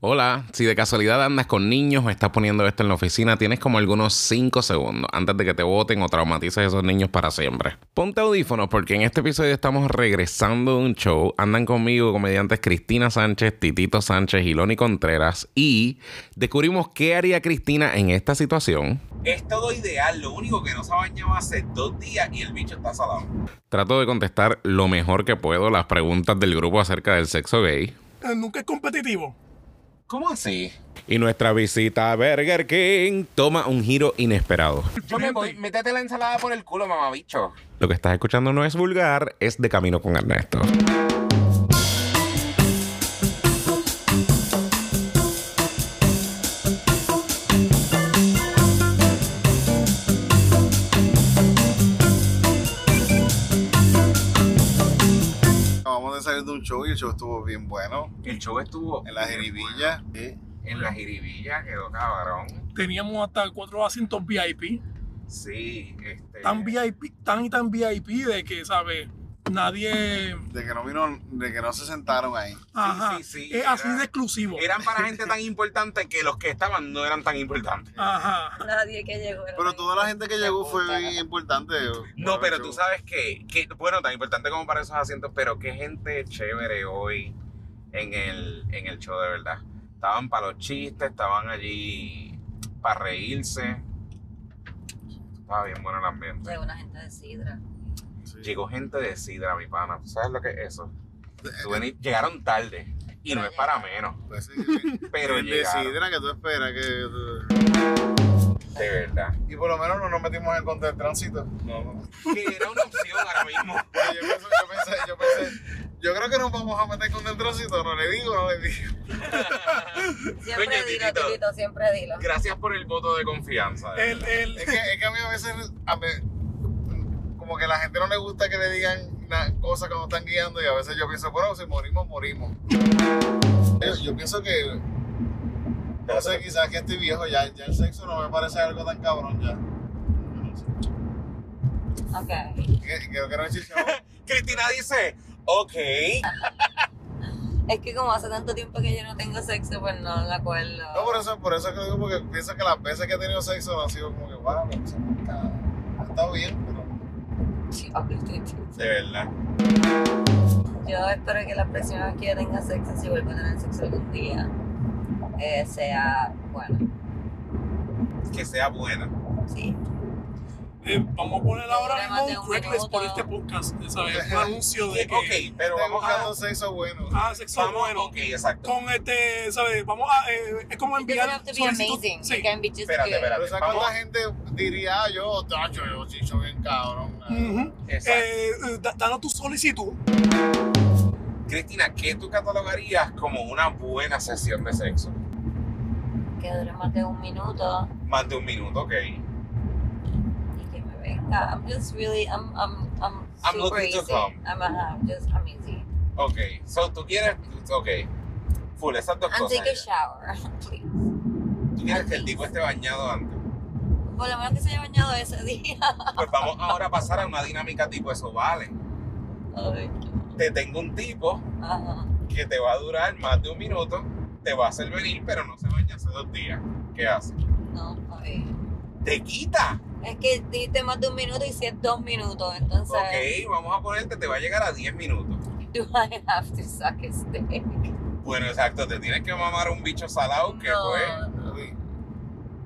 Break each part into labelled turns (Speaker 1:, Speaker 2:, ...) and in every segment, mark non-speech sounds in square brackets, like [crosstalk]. Speaker 1: Hola, si de casualidad andas con niños o estás poniendo esto en la oficina, tienes como algunos 5 segundos antes de que te voten o traumatices a esos niños para siempre. Ponte audífonos porque en este episodio estamos regresando de un show. Andan conmigo comediantes Cristina Sánchez, Titito Sánchez y Loni Contreras y descubrimos qué haría Cristina en esta situación.
Speaker 2: Es todo ideal, lo único que no se ha bañado hace dos días y el bicho está salado.
Speaker 1: Trato de contestar lo mejor que puedo las preguntas del grupo acerca del sexo gay.
Speaker 3: Eh, Nunca es competitivo.
Speaker 2: ¿Cómo así?
Speaker 1: Y nuestra visita a Burger King toma un giro inesperado.
Speaker 2: Yo me voy, métete la ensalada por el culo, mamá bicho.
Speaker 1: Lo que estás escuchando no es vulgar, es de camino con Ernesto.
Speaker 4: Acabamos de salir de un show y el show estuvo bien bueno.
Speaker 2: El show estuvo
Speaker 4: En la jeribilla. Sí.
Speaker 2: En la jiribilla quedó cabrón.
Speaker 3: Teníamos hasta cuatro asientos VIP.
Speaker 2: Sí, este.
Speaker 3: Tan VIP, tan y tan VIP de que, ¿sabes? Nadie.
Speaker 4: De que no vino, de que no se sentaron ahí.
Speaker 3: Ajá.
Speaker 2: sí, sí,
Speaker 3: es
Speaker 2: era-
Speaker 3: así de exclusivo.
Speaker 2: Eran para gente tan importante que los que estaban no eran tan importantes.
Speaker 3: Ajá.
Speaker 5: Nadie que llegó. era
Speaker 4: Pero
Speaker 5: bien.
Speaker 4: toda la gente que llegó fue bien importante.
Speaker 2: No, pero tú
Speaker 4: Yo-
Speaker 2: sabes que, que, bueno, tan importante como para esos asientos, pero qué gente chévere hoy en el, en el show de verdad. Estaban para los chistes, estaban allí para reírse. Estaba bien bueno el ambiente.
Speaker 5: Llegó una gente de Sidra.
Speaker 4: Sí.
Speaker 2: Llegó gente de Sidra, mi pana. ¿Tú sabes lo que es eso? Tú veni- llegaron tarde y no es para menos,
Speaker 4: Eh, [laughs] Pues sí, sí.
Speaker 2: [laughs] pero
Speaker 4: El de
Speaker 2: llegaron,
Speaker 4: sidra que tú esperas que.
Speaker 2: de verdad.
Speaker 4: Y por lo menos no nos metimos en contra del tránsito. No, no.
Speaker 2: Que era una opción ahora mismo. [laughs]
Speaker 4: Pero Yo pensé, yo pensé, yo pensé. Yo creo que nos vamos a meter contra el tránsito. No le digo, no le digo.
Speaker 5: Siempre
Speaker 2: Coño,
Speaker 5: dilo,
Speaker 2: Titito.
Speaker 5: Titito, siempre dilo.
Speaker 2: Gracias por el voto de confianza. de
Speaker 3: El,
Speaker 2: verdad.
Speaker 3: el,
Speaker 4: Es que, es que a mí a veces. a mí- como que a la gente no le gusta que le digan na- cosas cuando están guiando y a veces yo pienso, bueno, si morimos, morimos. Yo, yo pienso que. No sé, quizás que estoy viejo ya, ya el sexo no me parece algo tan cabrón ya.
Speaker 5: Ok.
Speaker 4: Que- Creo que no es chichón.
Speaker 2: Cristina dice, ok.
Speaker 5: Es que como hace tanto tiempo que yo no tengo sexo, pues no me acuerdo.
Speaker 4: No, por eso, por eso que digo, porque pienso que las veces que he tenido sexo no ha sido como que, wow, no, o sea, está- ha estado bien, pero.
Speaker 5: Sí, ok, Titito.
Speaker 2: De verdad.
Speaker 5: Yo espero que la próxima vez que yo tenga sexo, si vuelvo a tener sexo algún día, eh, sea bueno.
Speaker 2: Que sea buena.
Speaker 5: Sí.
Speaker 3: eh, vamos a poner ahora mismo
Speaker 5: Programa de
Speaker 3: un
Speaker 5: un
Speaker 3: Craigslist por este podcast.
Speaker 2: [laughs]
Speaker 3: ¿Sabes? Un anuncio de que.
Speaker 2: Ok, pero
Speaker 4: Estoy
Speaker 2: vamos a.
Speaker 4: buscando sexo bueno.
Speaker 3: Ah, sexo
Speaker 2: Vamos,
Speaker 3: bueno.
Speaker 2: ok, exacto.
Speaker 3: Con este, ¿sabes? Vamos a. eh, es como
Speaker 5: It doesn't
Speaker 3: enviar.
Speaker 5: have to be
Speaker 3: solicitud-
Speaker 5: amazing.
Speaker 3: Sí.
Speaker 5: It can be just
Speaker 2: Espérate,
Speaker 5: good.
Speaker 2: espérate.
Speaker 4: Pero o sea,
Speaker 2: vamos-
Speaker 4: ¿cuánta gente diría, ah, yo, tacho, yo chicho bien cabrón? ah?
Speaker 3: Ujú.
Speaker 2: Exacto.
Speaker 3: Eh, eh, da- danos tu solicitud.
Speaker 2: Cristina, ¿qué tú catalogarías como una buena sesión de sexo?
Speaker 5: Que dure más de un minuto
Speaker 2: Más de un minuto, ok.
Speaker 5: y que me venga. I'm just really, I'm, I'm, I'm,
Speaker 2: I'm
Speaker 5: super
Speaker 2: looking to
Speaker 5: easy.
Speaker 2: come.
Speaker 5: I'm, ajá, I'm just, I'm easy.
Speaker 2: Ok. So, tú quieres. Ok. Full, esas dos
Speaker 5: And
Speaker 2: cosas.
Speaker 5: take a shower, [laughs] please.
Speaker 2: Tú quieres que el tipo esté bañado antes.
Speaker 5: Por lo menos que se haya bañado ese [laughs] día.
Speaker 2: Pues vamos ahora a pasar a una dinámica tipo eso, vale.
Speaker 5: Ay,
Speaker 2: Te tengo un tipo
Speaker 5: Ajá.
Speaker 2: que te va a durar más de un minuto, te va a hacer venir, pero no se baña hace dos días. ¿Qué hace?
Speaker 5: No, está bien.
Speaker 2: ¡Te quita!
Speaker 5: Es que dijiste más de un minuto y si es dos minutos, entonces.
Speaker 2: Ok, vamos a ponerte, te va a llegar a 10 minutos.
Speaker 5: Do I have to suck his dick?
Speaker 2: Bueno, exacto, te tienes que mamar un bicho salado que fue.
Speaker 4: Sí.
Speaker 2: [laughs]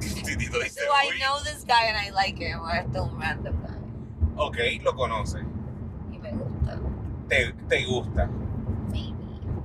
Speaker 2: Titito dice,
Speaker 5: Do I
Speaker 2: "Uy".
Speaker 5: know this guy and I like him? Or es un random guy?
Speaker 2: Ok, lo conoces,
Speaker 5: Y me gusta.
Speaker 2: te, te gusta.
Speaker 5: Maybe. [laughs]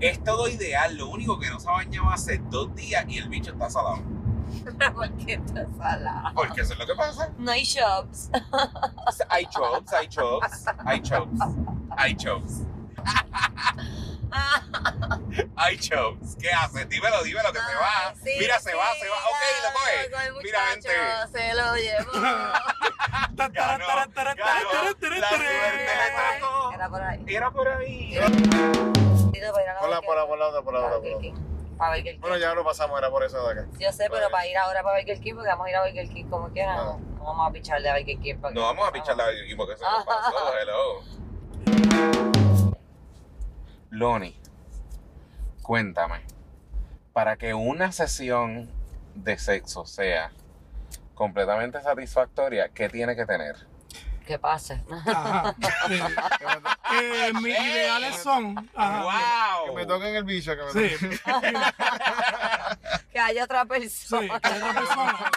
Speaker 2: Es todo ideal, lo único que no se ha bañado hace dos días y el bicho está salado.
Speaker 5: ¿Por qué estás salado?
Speaker 2: Porque eso es lo que pasa.
Speaker 5: No hay shops. [laughs]
Speaker 2: Hay chops, hay chops, hay chops, hay chops, hay chops. ¿Qué haces? Dímelo, dímelo que se va.
Speaker 5: Ay, sí,
Speaker 2: Mira, se va,
Speaker 5: sí,
Speaker 2: se va. Ok, lo coge.
Speaker 5: coge el
Speaker 2: Mira,
Speaker 5: muchacho,
Speaker 2: vente.
Speaker 5: Se lo llevó.
Speaker 3: Ta- tara-
Speaker 2: Ganó,
Speaker 3: tara- tara-
Speaker 2: ganó.
Speaker 3: tara- tara-
Speaker 2: La [laughs]
Speaker 3: tara-
Speaker 2: suerte le tocó.
Speaker 5: Era por ahí.
Speaker 2: Era por ahí.
Speaker 5: Tito, para ir a la
Speaker 4: Por la, por la, por la otra, por la otra,
Speaker 5: Para
Speaker 4: por la
Speaker 5: Burger
Speaker 4: otra.
Speaker 5: King. Para Burger King.
Speaker 4: Bueno, ya lo pasamos, era por eso de acá.
Speaker 5: Yo sé, pero
Speaker 4: Vale.
Speaker 5: para ir ahora para Burger King, porque vamos a ir a Burger King como quiera.
Speaker 4: Ah.
Speaker 5: No vamos a picharle a Burger King. porque-
Speaker 2: No vamos a pichar la Burger King porque eso nos pasó. Hello. Loni, cuéntame. para que una sesión de sexo sea completamente satisfactoria, ¿qué tiene que tener?
Speaker 5: Que pase.
Speaker 3: Ajá. Eh, eh, mis ideales son. Ajá.
Speaker 4: Que
Speaker 2: ¡Wow!
Speaker 4: me toquen el bicho, que me
Speaker 3: Oh. Sí,
Speaker 4: toquen.
Speaker 3: sí, [laughs]
Speaker 5: Que haya otra
Speaker 3: que
Speaker 5: persona.
Speaker 3: otra persona.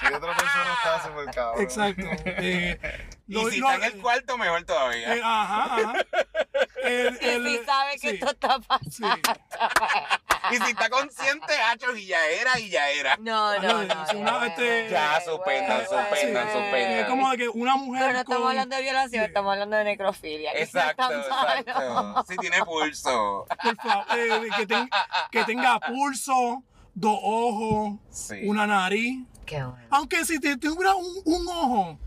Speaker 4: Si otra persona está súper cabrón.
Speaker 3: Exacto. Eh,
Speaker 2: Y
Speaker 3: lo-
Speaker 2: si
Speaker 3: lo-
Speaker 2: está en el cuarto, mejor todavía.
Speaker 3: eh, ajá, ajá. El-
Speaker 5: [laughs] Y
Speaker 3: el-
Speaker 5: si sabe que
Speaker 3: sí,
Speaker 5: esto está pasando.
Speaker 3: sí.
Speaker 2: Y si está consciente, hacho, y ya era, y ya era.
Speaker 5: No, no, no.
Speaker 3: Si una,
Speaker 5: no,
Speaker 3: este-
Speaker 5: no,
Speaker 2: Ya,
Speaker 5: no,
Speaker 2: suspendan,
Speaker 5: no,
Speaker 2: suspendan,
Speaker 5: no,
Speaker 2: suspendan.
Speaker 3: Eh, Es
Speaker 5: no, no.
Speaker 3: como de que una mujer.
Speaker 5: Pero no estamos
Speaker 3: con-
Speaker 5: hablando de violación,
Speaker 3: Sí.
Speaker 5: estamos hablando de necrofilia. que
Speaker 2: Exacto,
Speaker 5: están sanos.
Speaker 2: exacto. Si tiene pulso.
Speaker 3: Por favor, eh, que, ten- que tenga pulso, dos ojos,
Speaker 2: Sí.
Speaker 3: una nariz.
Speaker 5: Qué bueno.
Speaker 3: Aunque si te tuviera un, un ojo.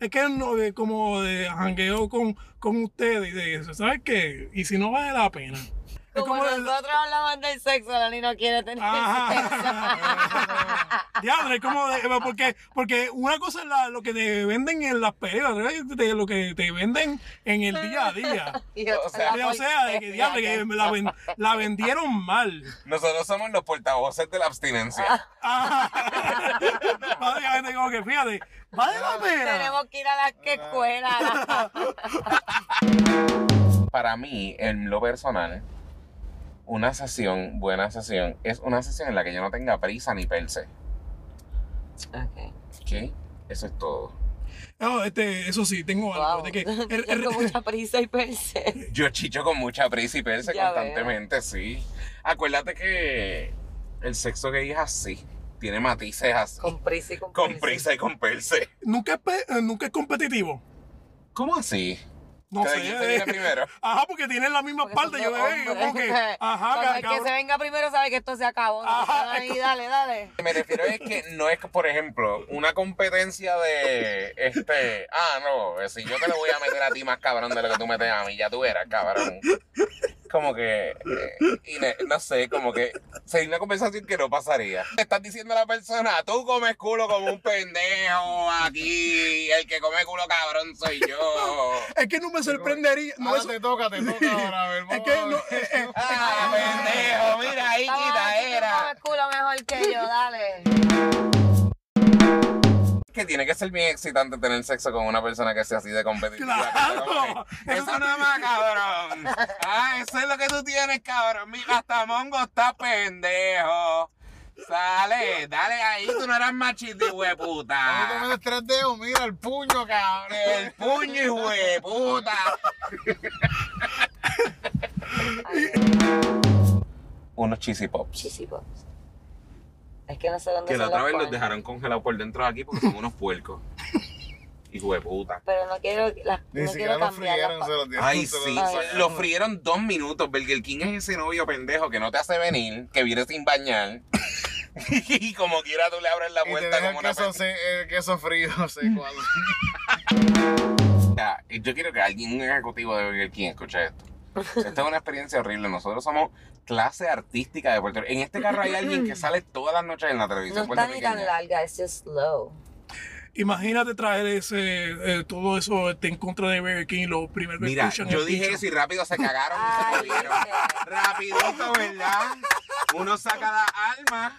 Speaker 3: Es que no, de- como de jangueo con, con ustedes y de eso. ¿Sabes qué? Y si no vale la pena. Es
Speaker 5: Como
Speaker 3: como de-
Speaker 5: nosotros hablamos del sexo, Dani no quiere tener
Speaker 3: [laughs] Ajá. Diablo, es como de- porque, porque una cosa es la- lo que te venden en las películas, otra es de lo que te venden en el día a día.
Speaker 5: sexo. Y otra
Speaker 2: O sea-
Speaker 5: la
Speaker 3: o sea, de que
Speaker 5: porquería
Speaker 3: diablo, que me la, ven- la vendieron mal. [laughs]
Speaker 2: Nosotros somos los portavoces de la abstinencia.
Speaker 3: Ajá. [laughs] Básicamente como que fíjate, vale la pena.
Speaker 5: Tenemos que ir a las que escuela.
Speaker 2: Para mí, en lo personal, una sesión, buena sesión, es una sesión en la que yo no tenga prisa ni perse.
Speaker 5: Ok.
Speaker 2: ¿Ok? Eso es todo.
Speaker 3: No, este, eso sí, tengo algo.
Speaker 5: Wow. [laughs]
Speaker 3: De que el- el-
Speaker 5: Yo con mucha prisa y pensé.
Speaker 2: Yo chicho con mucha prisa y perse
Speaker 5: Ya veo.
Speaker 2: constantemente, sí. Acuérdate que el sexo gay es así. Tiene matices así.
Speaker 5: Con prisa y con,
Speaker 2: Con prisa y con perse.
Speaker 3: [laughs] nunca, es, pe- eh, nunca es competitivo.
Speaker 2: ¿Cómo así?
Speaker 3: No
Speaker 2: Cada
Speaker 3: sé.
Speaker 2: quien se viene
Speaker 3: eh.
Speaker 2: primero.
Speaker 3: Ajá, porque tienen la misma
Speaker 5: Porque son
Speaker 3: parte.
Speaker 5: dos
Speaker 3: Yo, eh, yo
Speaker 5: hombres.
Speaker 3: como que,
Speaker 5: [laughs] Cuando
Speaker 3: ajá,
Speaker 5: el que
Speaker 3: cabrón.
Speaker 5: se venga primero sabe que esto se acabó.
Speaker 3: Ajá,
Speaker 5: Ahí, dale, dale.
Speaker 2: Me refiero es que no es, que, por ejemplo, una competencia de este. Ah, no, eh, si yo te lo voy a meter a ti más cabrón de lo que tú metes a mí, ya tú verás, cabrón. Como que. eh, y ne- no sé, como que. Sería una conversación que no pasaría. Le estás diciendo a la persona, tú comes culo como un pendejo aquí. El que come culo cabrón soy yo.
Speaker 3: Es que no me sorprendería. No
Speaker 4: Ahora
Speaker 3: es,
Speaker 4: te toca, te toca ahora, a ver,
Speaker 3: es
Speaker 4: vamos
Speaker 3: que
Speaker 4: a
Speaker 3: no,
Speaker 4: ver.
Speaker 3: eh, eh,
Speaker 2: Ah, pendejo, mira ahí,
Speaker 5: Vamos a ver si tú
Speaker 2: quitadera.
Speaker 5: comes culo mejor que yo, dale.
Speaker 2: que tiene que ser bien excitante tener sexo con una persona que sea así de competitiva. [laughs] Que sea
Speaker 3: Claro. [laughs]
Speaker 2: como que, Eso no más, cabrón. Ah, eso es lo que tú tienes, cabrón. Mi gastamongo está pendejo. Sale, dale ahí, tú no eras machista,
Speaker 4: A mí te
Speaker 2: hueputa.
Speaker 4: metes tres dedos, mira el puño, cabrón.
Speaker 2: El puño y hueputa.
Speaker 3: [laughs]
Speaker 2: Unos cheesy pops.
Speaker 5: Muchísimo. Es que no sé dónde
Speaker 2: Que la
Speaker 5: son
Speaker 2: otra vez los
Speaker 5: cuernos.
Speaker 2: dejaron congelados por dentro de aquí porque son unos puercos. Y hueputa.
Speaker 5: Pero no quiero, la-
Speaker 4: Ni
Speaker 5: no
Speaker 4: siquiera
Speaker 5: quiero
Speaker 4: lo
Speaker 5: cambiar. la
Speaker 4: frieron,
Speaker 5: pa-
Speaker 4: se lo dieron.
Speaker 2: Ay,
Speaker 4: se lo
Speaker 2: sí.
Speaker 4: dieron.
Speaker 2: Lo frieron dos minutos. Burger King es ese novio pendejo que no te hace venir, que viene sin bañar. [laughs] y como quiera tú le abres la
Speaker 4: Y te
Speaker 2: puerta
Speaker 4: deja
Speaker 2: como
Speaker 4: el
Speaker 2: una
Speaker 4: queso, se- el queso frío, seco.
Speaker 3: [laughs]
Speaker 4: algo.
Speaker 2: pendeja. Y Yo quiero que alguien, un ejecutivo de Burger King, escuche esto. Esta es una experiencia horrible. Nosotros somos clase artística de Puerto Rico. En este carro hay alguien que sale todas las noches en la
Speaker 5: no
Speaker 2: televisión
Speaker 5: está ni tan
Speaker 2: puertorriqueña.
Speaker 5: larga, es just slow.
Speaker 3: imagínate traer ese, eh, todo eso este, en contra de Burger King y lo primero que
Speaker 2: Mira,
Speaker 3: escuchan
Speaker 2: yo
Speaker 3: es
Speaker 2: dije
Speaker 3: bicho.
Speaker 2: eso y rápido se cagaron y se
Speaker 5: Ay,
Speaker 2: movieron.
Speaker 5: viste.
Speaker 2: Rapidito, ¿verdad? Uno saca la alma.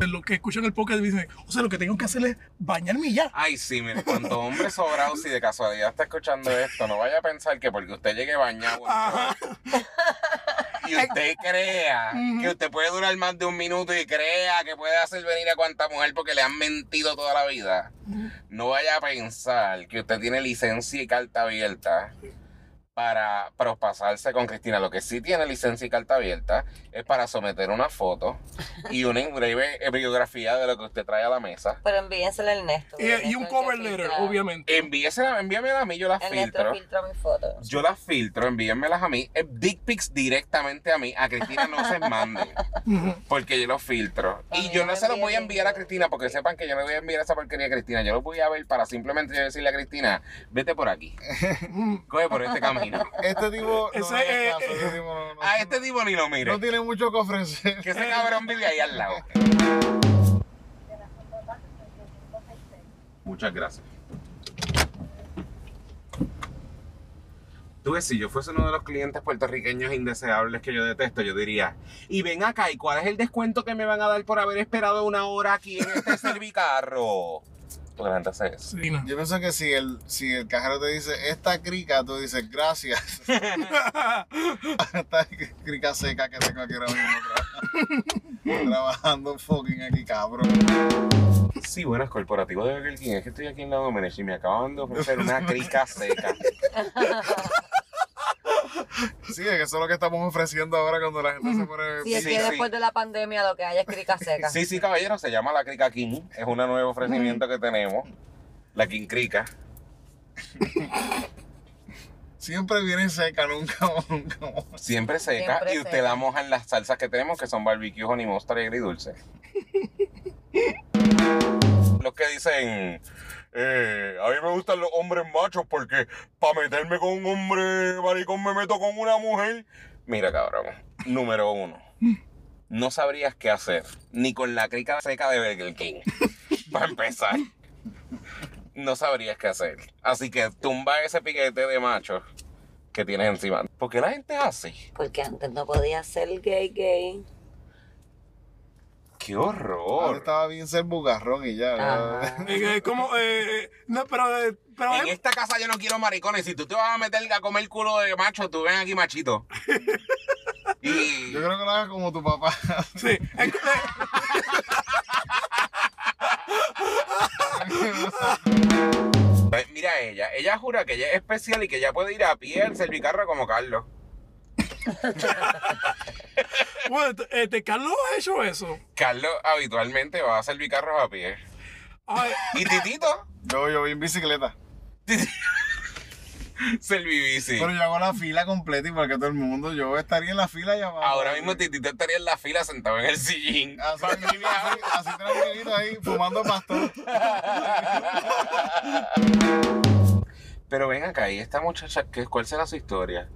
Speaker 3: Los que escuchan el podcast dicen, o sea, lo que tengo que hacer es bañarme y ya.
Speaker 2: Ay, sí, mire, cuando hombre sobrado, si de casualidad está escuchando esto, no vaya a pensar que porque usted llegue bañado
Speaker 3: Ajá.
Speaker 2: y usted crea que usted puede durar más de un minuto y crea que puede hacer venir a cuanta mujer porque le han mentido toda la vida, no vaya a pensar que usted tiene licencia y carta abierta para propasarse con Cristina. Lo que sí tiene licencia y carta abierta es para someter una foto y una breve biografía de lo que usted trae a la mesa.
Speaker 5: Pero envíensela a Ernesto.
Speaker 3: [laughs] Y, y un cover letter,
Speaker 2: [laughs]
Speaker 3: obviamente.
Speaker 2: Envíesela, envíamela a mí, yo la
Speaker 5: Ernesto
Speaker 2: filtro.
Speaker 5: filtra mis fotos.
Speaker 2: Yo las filtro, envíenmelas a mí. eh, Dick pics directamente a mí. A Cristina no se manden. Porque yo los filtro.
Speaker 5: A
Speaker 2: Y
Speaker 5: mí
Speaker 2: yo
Speaker 5: no
Speaker 2: no
Speaker 5: me
Speaker 2: se los
Speaker 5: envíen
Speaker 2: voy a enviar a
Speaker 5: ninguno.
Speaker 2: Cristina porque sepan que yo no voy a enviar esa porquería a Cristina. Yo los voy a ver para simplemente yo decirle a Cristina, vete por aquí. Coge por este camino.
Speaker 4: Este tipo no
Speaker 3: Ese,
Speaker 4: le hagas
Speaker 3: eh,
Speaker 4: caso,
Speaker 3: eh,
Speaker 4: este tipo no- no-
Speaker 2: A este tipo ni lo mire.
Speaker 4: no tiene mucho que ofrecer.
Speaker 2: Que ese cabrón vive ahí al lado. Muchas gracias. Tú ves, si yo fuese uno de los clientes puertorriqueños indeseables que yo detesto, yo diría, y ven acá, ¿y cuál es el descuento que me van a dar por haber esperado una hora aquí en [laughs] este servicarro? Porque la gente hace eso.
Speaker 3: Sí, no.
Speaker 4: Yo pienso que si el, si el cajero te dice esta crica, tú dices gracias. [laughs]
Speaker 3: [laughs]
Speaker 4: esta crica seca que tengo aquí ahora mismo
Speaker 5: [laughs]
Speaker 4: tra- trabajando fucking aquí, cabrón.
Speaker 2: Sí, buenas, corporativo de Burger King. Es que estoy aquí en la Domenech y me acaban de ofrecer una crica seca.
Speaker 4: Sí, es que eso es lo que estamos ofreciendo ahora cuando la gente se pone.
Speaker 5: Si es
Speaker 2: Sí,
Speaker 5: que
Speaker 2: sí.
Speaker 5: después de la pandemia lo que hay
Speaker 2: [laughs]
Speaker 5: es crica seca.
Speaker 2: Sí, sí, caballero, se llama la crica King. Es un nuevo ofrecimiento que tenemos. La King Crica.
Speaker 4: Siempre viene seca, nunca, [laughs] nunca.
Speaker 2: Siempre seca.
Speaker 5: Siempre
Speaker 2: y usted
Speaker 5: seca.
Speaker 2: la moja en las salsas que tenemos, que son barbecue, honey mustard y
Speaker 5: [laughs]
Speaker 2: agridulce. Los que dicen, eh, a mí me gustan los hombres machos porque para meterme con un hombre maricón me meto con una mujer. Mira, cabrón, número uno. No sabrías qué hacer, ni con la crica seca de Burger King. [laughs] Para empezar, no sabrías qué hacer. Así que tumba ese piquete de macho que tienes encima. Porque la gente hace.
Speaker 5: Porque antes no podía ser gay, gay.
Speaker 2: ¡Qué
Speaker 4: Ahora
Speaker 2: horror!
Speaker 4: estaba bien ser bugarrón y ya.
Speaker 5: Ajá.
Speaker 3: Es que es como, eh, eh, no, pero, eh, pero
Speaker 2: En
Speaker 3: es-
Speaker 2: esta casa yo no quiero maricones. Si tú te vas a meter a comer culo de macho, tú ven aquí
Speaker 4: [laughs]
Speaker 2: machito. Y
Speaker 4: Yo creo que lo hagas como tu papá. [laughs]
Speaker 3: sí, es que- eh,
Speaker 2: Eh, mira ella, ella jura que ella es especial y que ella puede ir a pie al servicarro como Carlos.
Speaker 3: bueno, este- este, Carlos ha hecho eso.
Speaker 2: Carlos habitualmente va a servicarros a pie.
Speaker 3: Ay,
Speaker 2: ¿Y Titito? [laughs]
Speaker 4: yo, yo voy en bicicleta.
Speaker 2: Servibici.
Speaker 4: Pero yo hago la fila completa y porque todo el mundo, yo estaría en la fila ya abajo.
Speaker 2: Ahora mismo Titito estaría en la fila sentado en el sillín.
Speaker 4: Así, así, así tranquilito ahí, fumando pastor.
Speaker 2: Pero ven acá, y esta muchacha, ¿qué- ¿cuál será su historia?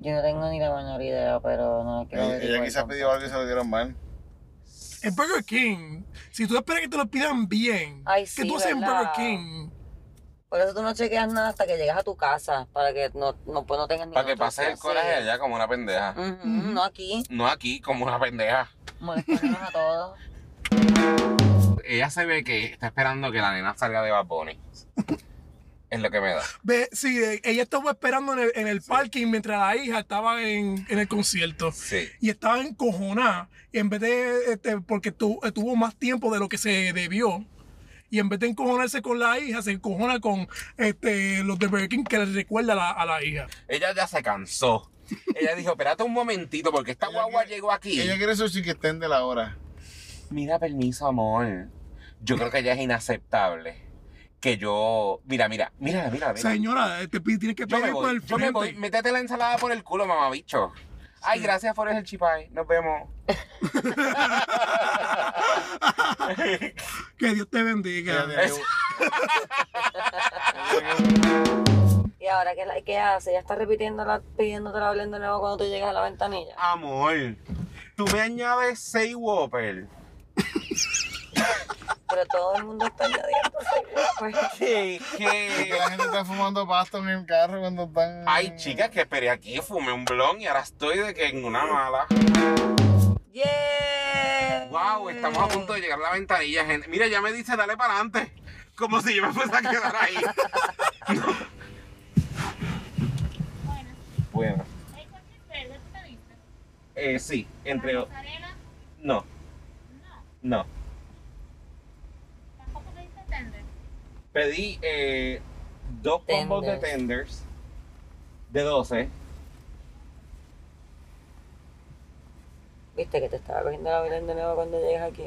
Speaker 5: Yo no tengo ni la menor idea, pero no quiero
Speaker 4: Ella, ella
Speaker 5: averiguar
Speaker 4: quizás
Speaker 5: tanto.
Speaker 4: pidió algo y se lo dieron mal.
Speaker 3: en Burger King, si tú esperas que te lo pidan bien,
Speaker 5: Ay,
Speaker 3: que
Speaker 5: sí,
Speaker 3: tú haces en
Speaker 5: ¿verdad?
Speaker 3: Burger King.
Speaker 5: Por eso tú no chequeas nada hasta que llegas a tu casa, para que no, no, pues no tengas ni
Speaker 2: Para que pases el coraje allá como una pendeja.
Speaker 5: No aquí,
Speaker 2: No aquí, como una pendeja.
Speaker 5: molestándonos a todos.
Speaker 2: Ella se ve que está esperando que la nena salga de Bad Bunny. Es lo que me da.
Speaker 3: Ve, sí, eh, ella estaba esperando en el, en el parking mientras la hija estaba en, en el concierto.
Speaker 2: Sí.
Speaker 3: Y estaba encojonada. Y en vez de, este, porque tu- eh, tuvo más tiempo de lo que se debió. Y en vez de encojonarse con la hija, se encojona con este, los de Burger King que le recuerda a la, a la hija.
Speaker 2: Ella ya se cansó. Ella dijo, espérate un momentito porque esta
Speaker 4: Ella
Speaker 2: guagua
Speaker 4: quiere-
Speaker 2: llegó aquí.
Speaker 4: Ella quiere su chiquitén de la hora.
Speaker 2: Mira, permiso, amor. Yo creo que ella es inaceptable. Que yo... Mira, mira, mira, mira, mira.
Speaker 3: Señora, este, pi- tienes que
Speaker 2: yo me
Speaker 3: pedir por
Speaker 2: voy,
Speaker 3: el
Speaker 2: yo me voy.
Speaker 3: frente.
Speaker 2: Métete la ensalada por el culo, mamabicho. Ay, gracias por el chipay. Nos vemos.
Speaker 3: Que Dios te bendiga.
Speaker 4: Ella tiene que-
Speaker 5: Y ahora, ¿qué, la- qué hace? Ya está repitiendo, la, pidiéndote la orden de nuevo cuando tú llegas a la ventanilla.
Speaker 2: Amor, tú me añades seis Whopper.
Speaker 5: Pero todo el mundo está añadiendo. [laughs] Pues,
Speaker 2: ¿Qué?
Speaker 4: que la gente está fumando pasto en el carro cuando están.
Speaker 2: Ay, chicas, que esperé aquí, fumé un blon y ahora estoy de que en una mala.
Speaker 5: ¡Yeah!
Speaker 2: Wow, estamos a punto de llegar a la ventanilla, gente. Mira, ya me dice dale para adelante. Como si yo me fuese a quedar ahí. bueno.
Speaker 6: ¿Hay coches verdes tú te viste?
Speaker 2: Eh, sí, entre
Speaker 6: ¿La
Speaker 2: o-
Speaker 6: arena?
Speaker 2: No,
Speaker 6: No.
Speaker 2: no.
Speaker 6: ¿Tampoco te viste tender?
Speaker 2: Pedí eh, dos combos de
Speaker 5: Tenders.
Speaker 2: tenders de 12.
Speaker 5: Viste que te estaba cogiendo la orden de nuevo cuando llegas aquí.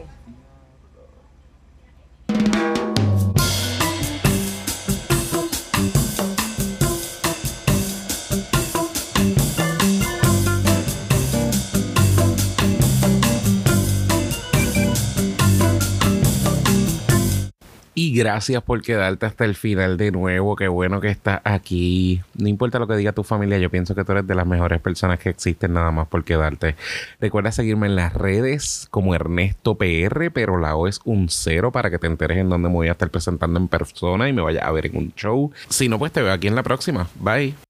Speaker 1: Y gracias por quedarte hasta el final de nuevo. Qué bueno que estás aquí. No importa lo que diga tu familia, yo pienso que tú eres de las mejores personas que existen nada más por quedarte. Recuerda seguirme en las redes como Ernesto PR, pero la O es un cero para que te enteres en dónde me voy a estar presentando en persona y me vaya a ver en un show. Si no, pues te veo aquí en la próxima. Bye.